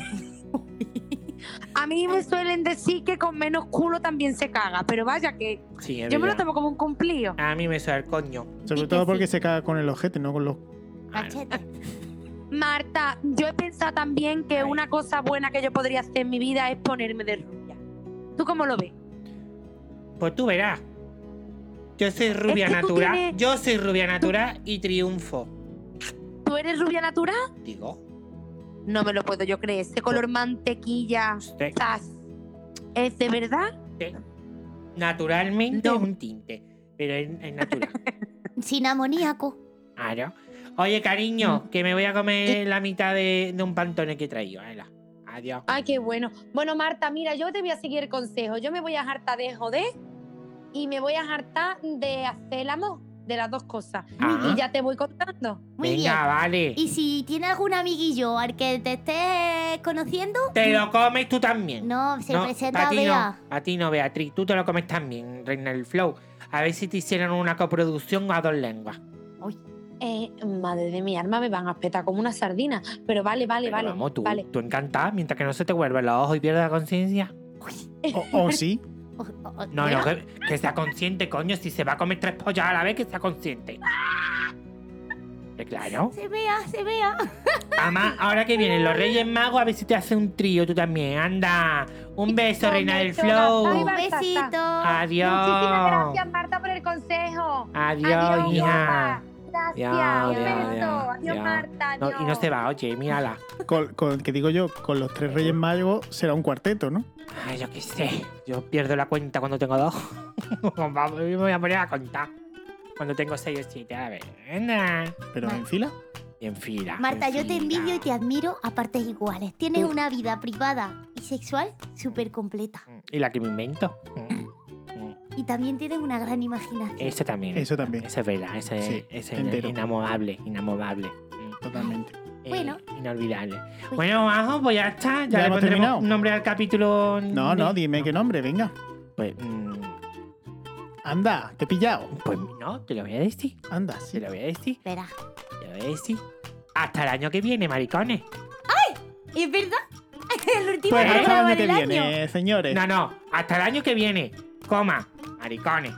S7: A mí me suelen decir que con menos culo también se caga, pero vaya que
S1: Sí, es
S7: yo me lo
S1: verdad.
S7: tomo como un cumplido.
S1: A mí me suena el coño.
S2: Di
S3: Sobre
S2: que
S3: todo porque
S2: sí,
S3: se caga con el ojete, no con los.
S7: Ah,
S2: Cachete.
S7: Marta, yo he pensado también que
S1: Ay.
S7: una cosa buena que yo podría hacer en mi vida es ponerme de rubia. ¿Tú cómo lo ves?
S1: Pues tú verás. Yo soy rubia
S7: que tú
S1: natural.
S7: tienes-
S1: Yo soy rubia natural y triunfo.
S7: ¿Tú eres rubia natural?
S1: Digo.
S7: No me lo puedo yo creer. Ese color mantequilla,
S1: usted
S7: zas, ¿es de verdad?
S1: Naturalmente
S7: No.
S1: es un tinte. Pero es, es natural.
S2: Sin amoníaco.
S1: Claro. Oye,
S7: Mm.
S1: cariño, que me voy a comer la mitad de, de un pantone que he traído. Hala. Adiós.
S7: Ay, qué bueno. Bueno, Marta, mira, yo te voy a seguir el consejo. Yo me voy a hartar de joder y me voy a hartar de hacer el amor, de las dos cosas.
S1: Ah.
S7: Y ya te voy contando.
S2: Muy
S1: Venga,
S2: bien.
S1: vale.
S2: Y si tiene algún amiguillo al que te estés conociendo,
S1: Te lo comes tú también.
S2: no, se
S1: No,
S2: presenta
S1: a
S2: a
S1: ti
S2: Bea.
S1: no, a ti no, Beatriz. Tú te lo comes también, Reina del Flow. A ver si te hicieron una coproducción a dos lenguas.
S2: Uy.
S7: eh, madre de mi alma, me van a espetar como una sardina. Pero vale, vale,
S1: Pero
S7: vale.
S1: Vamos, tú,
S7: vale.
S1: tú encantada, mientras que no se te vuelvan los ojos y pierdas la conciencia.
S3: O, o sí.
S2: O- o- o-
S1: No,
S2: Diego,
S1: no, que, que sea consciente, coño. Si se va a comer tres pollas a la vez, que sea consciente. Eh, Claro.
S2: Se vea, se vea.
S1: Además, ahora que vienen los Reyes Magos, a ver si te hace un trío tú también. Anda. Un beso, reina del
S7: Ay,
S2: Un
S1: flow.
S7: va.
S2: besito.
S1: Ah,
S7: Muchísimas
S1: Adiós.
S7: gracias, Marta, por el consejo.
S1: Adiós, hija.
S7: guapa. Gracias.
S1: Adiós,
S7: un
S1: adiós,
S7: beso.
S1: adiós,
S7: Adiós,
S1: adiós.
S7: Marta.
S1: No,
S7: Adiós.
S1: y no se va, oye, mírala.
S3: Con, con- que digo yo, con los tres Reyes Magos será un cuarteto, ¿no?
S1: Ay, yo qué sé. Yo pierdo la cuenta cuando tengo dos. Vamos, me voy a poner a contar. Cuando tengo seis o siete, a ver. Anda.
S3: Pero
S2: Vale.
S3: en fila.
S1: Y en
S3: Ah,
S1: fila.
S2: Marta,
S1: en
S2: yo te
S1: fila.
S2: envidio y te admiro a partes iguales. Tienes una vida privada y sexual súper completa.
S1: Mm. Y la que me invento. Mm.
S2: Y también tienes una gran imaginación.
S1: Eso también.
S3: Eso también.
S1: Eso es verdad. Eso es,
S3: Sí,
S1: eso es
S3: entero.
S1: inamovable. Inamovable.
S3: Totalmente.
S1: Eh,
S2: Bueno.
S1: Inolvidable.
S2: Uy.
S1: Bueno, Ajo, pues ya está. Ya,
S3: ¿Ya
S1: le
S3: hemos
S1: pondremos
S3: terminado?
S1: un nombre al capítulo.
S3: No, no, dime qué nombre, venga.
S1: Pues, mm,
S3: Anda, te he pillado.
S1: pues no, te lo voy a decir.
S3: Anda,
S1: Te
S3: sí.
S1: lo voy a decir.
S2: Verás.
S1: Te lo voy a decir. Hasta el año que viene, maricones.
S2: ¿Es verdad? El último
S3: Pues hasta el
S2: programa
S3: año que
S2: del año.
S3: viene, eh, señores.
S1: No, no. Hasta el año que viene. Coma. Maricones.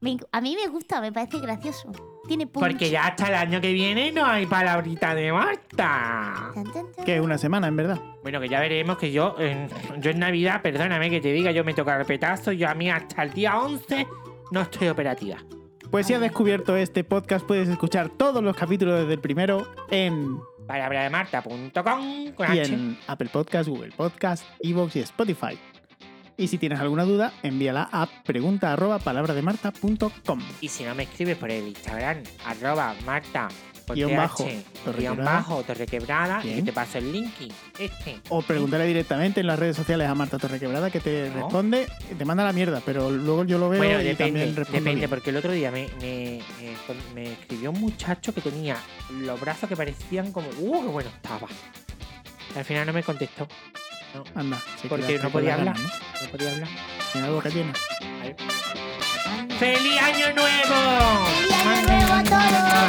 S2: Me- a mí me gusta, me parece gracioso. Tiene punch.
S1: Porque ya hasta el año que viene no hay palabrita de Marta.
S2: Chan, chan, chan.
S3: Que es una semana, en verdad.
S1: Bueno, que ya veremos que yo en, yo en Navidad, perdóname que te diga, yo me toca el petazo. Yo a mí hasta el día 11 no estoy operativa.
S3: Pues si has descubierto este podcast, puedes escuchar todos los capítulos desde el primero en,
S1: Palabra de Marta.com con
S3: y
S1: H.
S3: en Apple Podcast, Google Podcast, Evox y Spotify. Y si tienes alguna duda, envíala a pregunta arroba palabrademarta.com.
S1: Y si no me escribes por el Instagram, arroba Marta. con
S3: Guión
S1: TH,
S3: bajo,
S1: Guión
S3: torrequebrada.
S1: bajo, torrequebrada. Y
S3: Bien.
S1: que te paso el link. Este.
S3: O preguntarle directamente en las redes sociales a Marta Torrequebrada que te
S1: No.
S3: responde, te manda la mierda, pero luego yo lo veo
S1: Bueno,
S3: y
S1: depende,
S3: también respondo.
S1: depende,
S3: bien.
S1: porque el otro día me, me- me con- me escribió un muchacho que tenía los brazos que parecían como. ¡Uh, qué bueno estaba! Al final no me contestó,
S3: Anda, se
S1: Porque
S3: quedaste
S1: no
S3: con
S1: podía
S3: las
S1: hablar.
S3: ganas,
S1: no podía hablar.
S3: ¿no? Tiene la boca llena.
S1: ¡Feliz Año Nuevo! Ah.
S2: ¡Feliz año nuevo a todos!
S3: Ah.